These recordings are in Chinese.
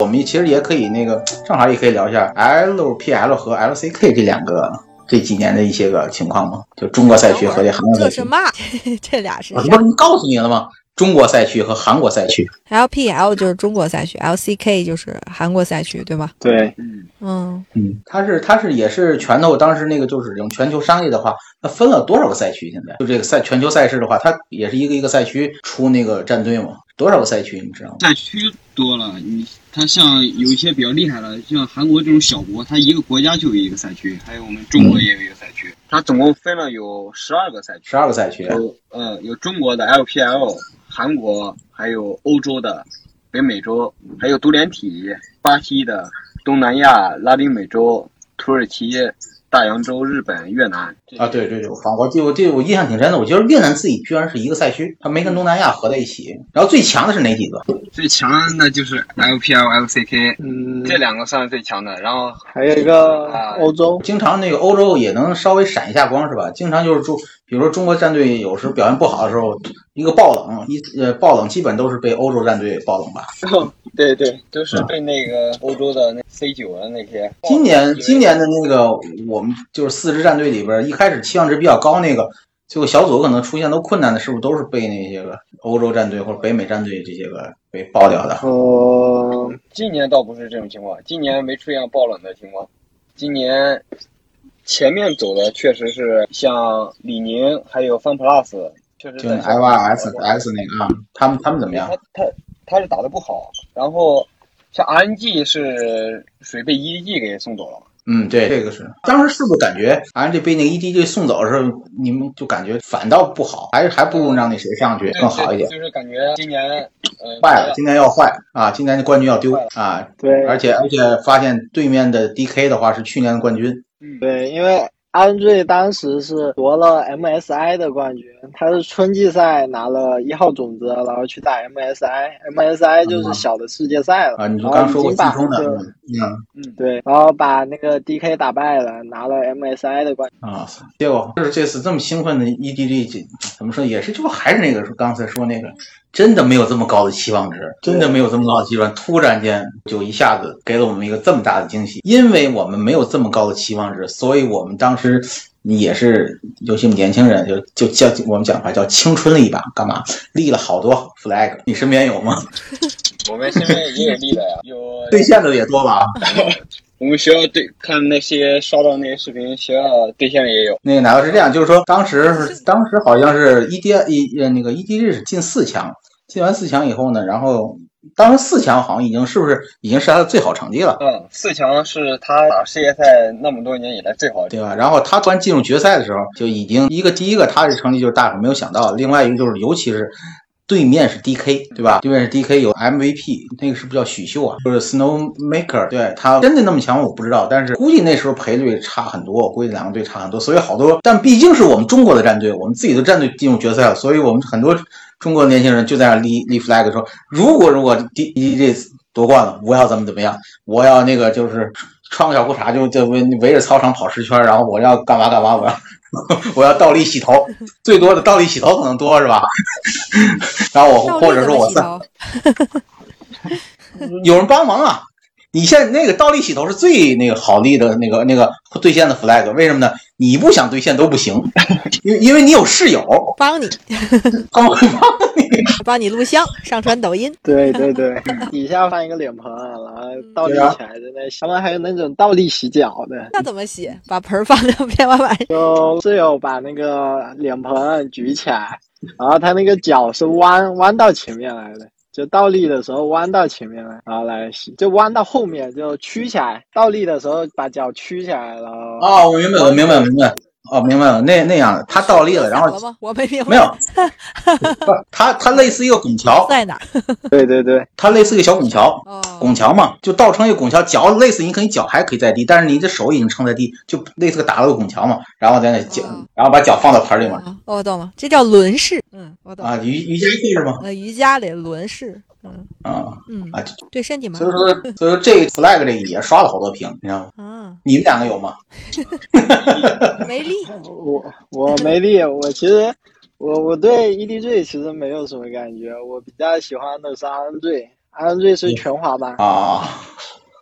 我们其实也可以那个，正好也可以聊一下 LPL 和 LCK 这两个这几年的一些个情况嘛，就中国赛区和这韩国赛这区啊是。嘛？这俩是我啥不是告诉你了吗？中国赛区和韩国赛区。 ？LPL 就是中国赛区，LCK 就是韩国赛区，对吧？对，嗯，嗯，它是它是也是拳头当时那个就是用全球商业的话，它分了多少个赛区？现在就这个赛全球赛事的话，它也是一个一个赛区出那个战队嘛，多少个赛区你知道吗？赛区多了，你它像有一些比较厉害的，像韩国这种小国，它一个国家就有一个赛区，还有我们中国也有一个赛区，嗯它总共分了有十二个赛区十，二个赛区。有呃有中国的 LPL，韩国，还有欧洲的，北美洲，还有独联体，巴西的，东南亚、拉丁美洲、土耳其、大洋洲、日本、越南啊，对对对，我我记得我记得我印象挺深的，我觉得越南自己居然是一个赛区，它没跟东南亚合在一起。然后最强的是哪几个？最强的就是 LPL、LCK，嗯，这两个算是最强的，然后还有一个啊欧洲，经常那个欧洲也能稍微闪一下光是吧？经常就是中，比如说中国战队有时候表现不好的时候，一个爆冷，一呃爆冷基本都是被欧洲战队爆冷吧。对嗯对，都是被那个欧洲的那 C 九啊那些。今年今年的那个我们就是四支战队里边，一开始期望值比较高那个，最后小组可能出现都困难的，是不是都是被那些个欧洲战队或者北美战队这些个被爆掉的？呃，嗯今年倒不是这种情况，今年没出现爆冷的情况。今年前面走的确实是像李宁还有 Fun Plus，确实就在 L R S S 那个啊，他们他们怎么样？他他他是打的不好，然后像 RNG 是水被 EDG 给送走了。嗯，对，这个是。当时是不是感觉 R N G 被那个 E D G 送走的时候，你们就感觉反倒不好，还还不如让那谁上去对更好一点。就是感觉今年呃坏了，今年要坏啊！今年的冠军要丢啊！对，而且而且发现对面的 D K 的话是去年的冠军，嗯对，因为 RNG 当时是夺了 MSI 的冠军，他是春季赛拿了一号种子，然后去打 MSI，MSI 就是小的世界赛了，嗯啊，你就然刚后说哦过已季经把中的，这个嗯对，然后把那个 DK 打败了，拿了 MSI 的冠军。嗯啊，结果就是这次这么兴奋的 E D G，怎么说也是，就还是那个刚才说那个，真的没有这么高的期望值，真的没有这么高的期望，突然间就一下子给了我们一个这么大的惊喜，因为我们没有这么高的期望值，所以我们当时。也是，尤其我们年轻人，就就叫我们讲话叫青春了一把，干嘛立了好多 flag？你身边有吗？ 我们身边也有力的呀，有兑现的也多吧？我们学校对看那些刷到那些视频，学校对象也有。那个奶酪是这样，就是说当时当时好像是 E D 一呃那个 E D G 是进四强，进完四强以后呢，然后当时四强好像已经是不是已经是他的最好成绩了，嗯，四强是他打世界赛那么多年以来最好的。对吧？然后他突然进入决赛的时候，就已经一个第一个他的成绩就是大伙没有想到，另外一个就是尤其是。对面是 D K，对吧？对面是 D K 有 MVP，那个是不是叫许秀啊？就是 Snowmaker，对他真的那么强我不知道，但是估计那时候赔率差很多，我估计两个队差很多，所以好多，但毕竟是我们中国的战队，我们自己的战队进入决赛了，所以我们很多中国的年轻人就在那立立 flag 说，如果如果 D D J 夺冠了，我要怎么怎么样，我要那个就是穿个小裤衩就就围围着操场跑十圈，然后我要干嘛干嘛，我要 我要倒立洗头，最多的倒立洗头可能多是吧？ 然后我倒或立者怎说么我洗散头？有人帮忙啊。你现在那个倒立洗头是最那个好立的那个那个兑现的 flag，为什么呢？你不想兑现都不行，因为因为你有室 友，哦帮你，刚会帮你。帮你录像，上传抖音。对对 对，底下放一个脸盆，然后倒立对啊起来在那洗，他们还有那种倒立洗脚的，那怎么洗？把盆儿放在天花板上，就室友把那个脸盆举起来，然后他那个脚是弯弯到前面来的，就倒立的时候弯到前面来，然后来洗，就弯到后面就曲起来，倒立的时候把脚曲起来，然后哦，我明白，我明白，明白。哦，明白了，那那样他倒立了，然了后吗？我没明白没有， 他他类似一个拱桥，在哪儿对对对，他类似一个小拱桥，哦，拱桥嘛，就倒撑一个拱桥，脚累死你，可能你脚还可以在地，但是你的手已经撑在地，就类似个打了个拱桥嘛，然后在那脚，嗯然后把脚放到盆里面啊我懂了，这叫轮式。嗯，我懂。啊，瑜瑜伽意识嘛，呃，瑜伽里轮式，嗯啊嗯，啊，对身体蛮所以说所以说这 flag 这也刷了好多屏，你知道吗？啊，你们两个有吗？没力。我我没力，我其实我我对 EDG 其实没有什么感觉，我比较喜欢的是 RNG。RNG 是全滑板，啊，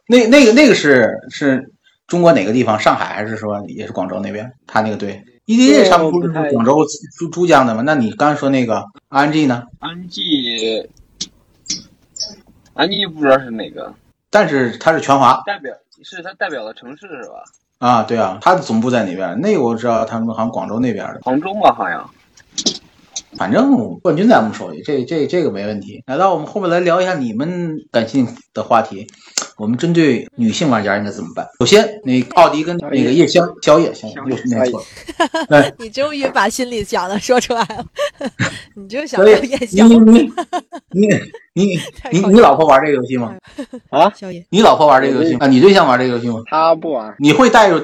那那个那个是是中国哪个地方？上海还是说也是广州那边？他那个队 EDG 他们不是广州珠珠江的吗？那你刚才说那个 RNG 呢？安吉，安吉不知道是哪个，但是它是全华代表是他代表的城市是吧？啊，对啊，它的总部在那边。那个我知道，他们好像广州那边的。杭州吧，好像。反正冠军在我们手里，这这这个没问题。来到我们后面来聊一下你们感兴趣的话题，我们针对女性玩家应该怎么办？首先，那个奥迪跟那个夜宵宵夜，行，又念错了。你终于把心里想的说出来了， 你就想所以要夜你宵你你你你你你老婆玩这个游戏吗？宵夜，你老婆玩这个游戏吗啊？你对象玩这个游戏吗？他不玩。你会带着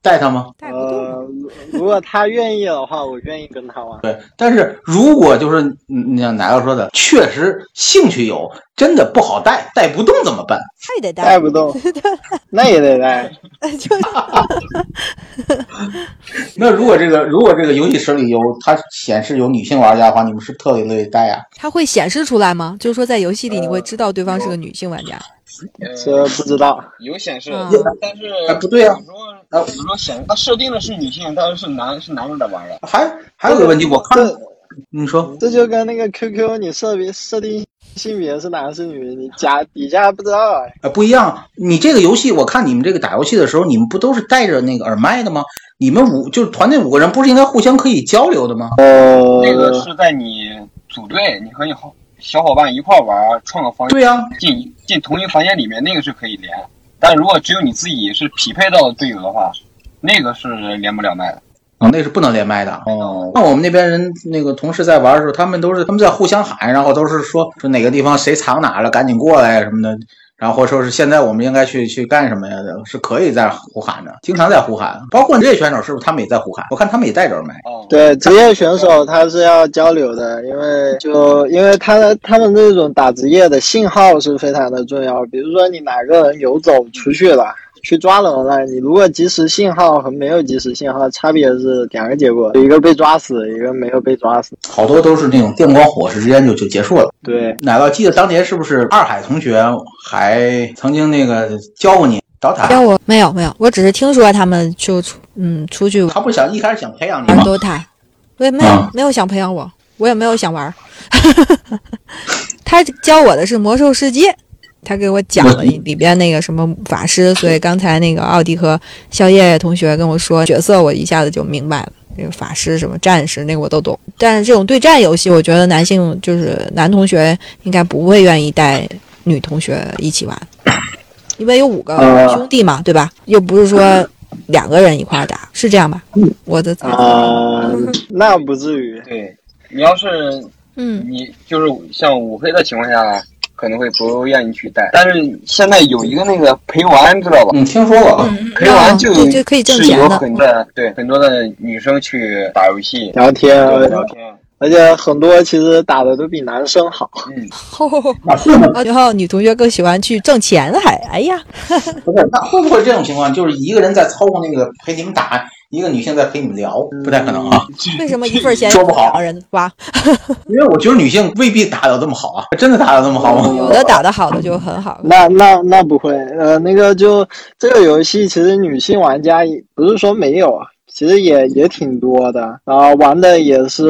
带她吗？带不动了。呃，如果他愿意的话，我愿意跟他玩。对，但是如果就是嗯你像奶酪说的，确实兴趣有，真的不好带，带不动怎么办？还得带带，不动， 那也得带。 就是那如果这个如果这个游戏室里有它显示有女性玩家的话，你们是特别带啊？它会显示出来吗？就是说在游戏里你会知道对方是个女性玩家，这呃，不知道，有显示啊，但呃是哎不对啊你说你说显，它设定的是女性，但是是男是男人在玩的。还还有个问题，我看这呃你说这就跟那个 QQ 你设别设定性别是男是女，你加底下不知道哎。呃不一样，你这个游戏我看你们这个打游戏的时候，你们不都是带着那个耳麦的吗？你们五就是团队五个人，不是应该互相可以交流的吗？那个呃，是在你组队，你和你好小伙伴一块玩，创个房间对啊呀、进进同一房间里面，那个是可以连。但如果只有你自己是匹配到的队友的话，那个是连不了麦的。啊，那是不能连麦的。哦，那我们那边人那个同事在玩的时候，他们都是他们在互相喊，然后都是说说哪个地方谁藏哪了，赶紧过来什么的。然后或者说是现在我们应该去去干什么呀？是可以在呼喊的，经常在呼喊，包括职业选手是不是他们也在呼喊？我看他们也戴着耳麦。哦，对，职业选手他是要交流的，因为就因为他他们这种打职业的信号是非常的重要。比如说你哪个人游走出去了。去抓人了，你如果及时信号和没有及时信号，差别是两个结果，一个被抓死，一个没有被抓死。好多都是那种电光火石之间就就结束了。对，奶酪记得当年是不是二海同学还曾经那个教过你倒塔？我没有没有，我只是听说他们就出嗯出去玩他不是想一开始想培养你玩吗？ DOTA，我也没有、啊没有想培养我，我也没有想玩儿。 他教我的是魔兽世界，他给我讲了里边那个什么法师，所以刚才那个奥迪和宵夜同学跟我说角色，我一下子就明白了。那个法师什么战士那个我都懂，但是这种对战游戏，我觉得男性就是男同学应该不会愿意带女同学一起玩，因为有五个呃兄弟嘛，对吧？又不是说两个人一块儿打，是这样吧？我的猜测啊、 那不至于。对，你要是嗯，你就是像五黑的情况下，可能会不愿意去带。但是现在有一个那个陪玩，知道吧？嗯，听说过。 陪玩就啊对，就可以挣钱是有的。很多的对很多的女生去打游戏聊天，对聊天，而且很多其实打的都比男生好。嗯， 然后女同学更喜欢去挣钱，还哎呀，不是，那会不会这种情况，就是一个人在操控那个陪你们打，一个女性在陪你们聊？不太可能啊，为什么一份钱说不好两个人花？因为我觉得女性未必打得这么好啊，真的打得这么好吗？有的打得好的就很好， 那那那不会，呃，那个就这个游戏其实女性玩家也不是说没有，啊其实也也挺多的，然后玩的也是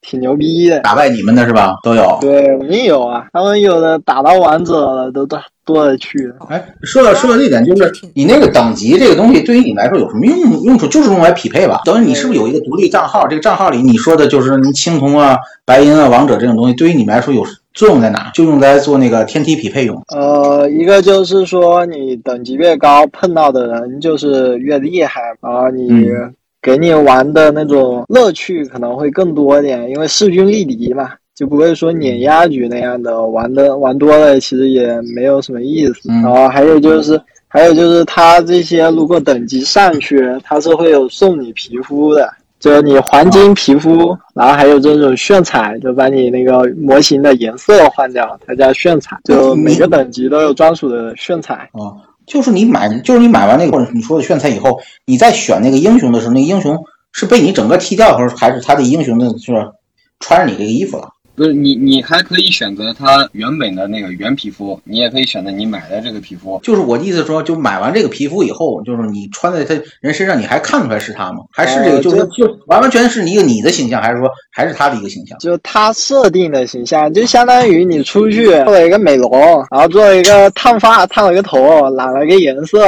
挺牛逼的。打败你们的是吧？都有。对，我们也有啊，他们有的打到王者了，都多多了去了。哎，说到说到这点，就是你那个等级这个东西，对于你来说有什么用用处？就是用来匹配吧。等于你是不是有一个独立账号？这个账号里你说的就是青铜啊、白银啊、王者这种东西，对于你们来说有作用在哪？就用来做那个天梯匹配用。呃，一个就是说你等级越高，碰到的人就是越厉害，然后你嗯给你玩的那种乐趣可能会更多一点，因为势均力敌嘛，就不会说碾压局那样的，玩的玩多了其实也没有什么意思。嗯然后还有就是。还有就是，它这些如果等级上去，它是会有送你皮肤的，就你黄金皮肤，然后还有这种炫彩，就把你那个模型的颜色换掉，它叫炫彩，就每个等级都有专属的炫彩。啊，就是你买，就是你买完那个或者你说的炫彩以后，你再选那个英雄的时候，那个英雄是被你整个踢掉，还是还是他的英雄的就是穿着你这个衣服了？不是你，你还可以选择它原本的那个原皮肤，你也可以选择你买的这个皮肤。就是我的意思说，就买完这个皮肤以后，就是你穿在他人身上，你还看出来是他吗？还是这个呃就是这就完完全全是一个你的形象，还是说还是他的一个形象？就它设定的形象，就相当于你出去做了一个美容，然后做了一个烫发，烫了一个头，染了一个颜色，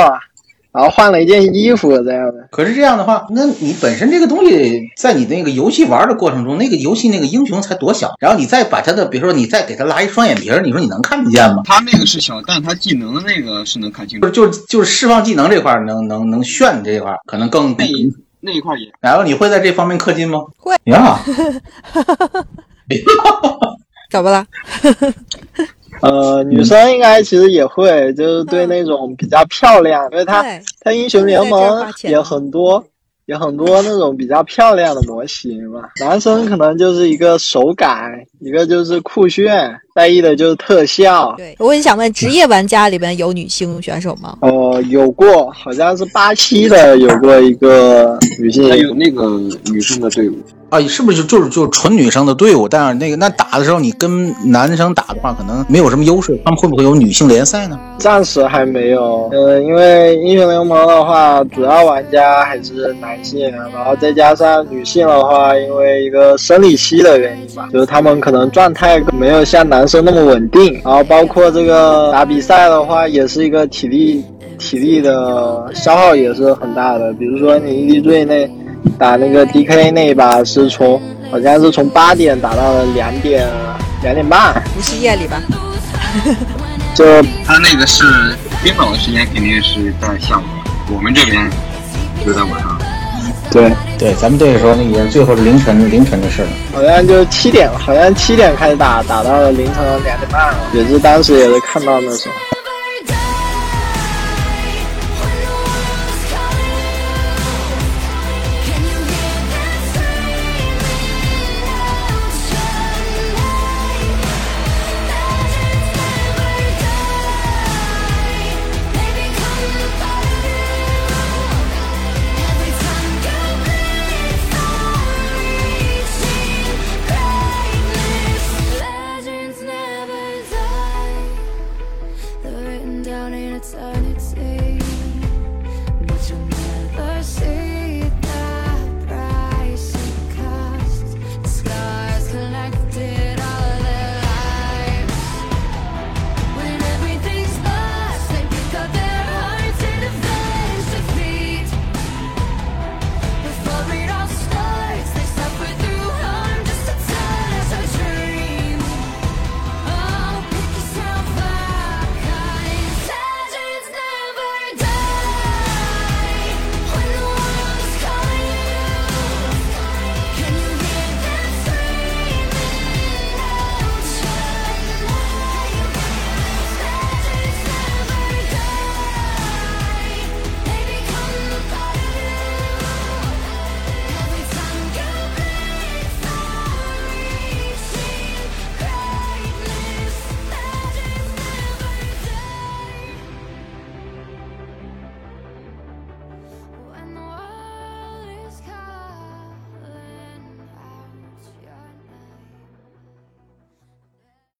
然后换了一件衣服这样的。可是这样的话，那你本身这个东西在你那个游戏玩的过程中，那个游戏那个英雄才多小，然后你再把他的，比如说你再给他拉一双眼皮儿，你说你能看得见吗？它那个是小，但它技能的那个是能看清就楚是。就是就是释放技能这块儿能能能炫这一块儿可能更那一那一块也然后你会在这方面氪金吗？啊会呀，怎么了？呃，女生应该其实也会，就是对那种比较漂亮，因为它对，它英雄联在这儿盟花钱啊嗯也很多，也很多那种比较漂亮的模型嘛。 男生可能就是一个手感，一个就是酷炫，在意的就是特效。对，我也想问，职业玩家里边有女性选手吗？呃，有过，好像是巴西的有过一个女性还有呃那个女生的队伍，啊，是不是就就是就是纯女生的队伍？但是那个那打的时候，你跟男生打的话，可能没有什么优势。他们会不会有女性联赛呢？暂时还没有，呃，因为英雄联盟的话，主要玩家还是男性，然后再加上女性的话，因为一个生理期的原因吧，就是他们可能状态没有像男生那么稳定，然后包括这个打比赛的话，也是一个体力体力的消耗也是很大的，比如说你异地队那打那个 DK 那一把是从好像是从八点打到了两点两点半，不是夜里吧？就它那个是冰岛的时间肯定是在下午，我们这边就在晚上。对。对，咱们这个时候那也最后是凌晨凌晨的事了。好像就七点，好像七点开始打，打到了凌晨两点半，也是当时也是看到那时候。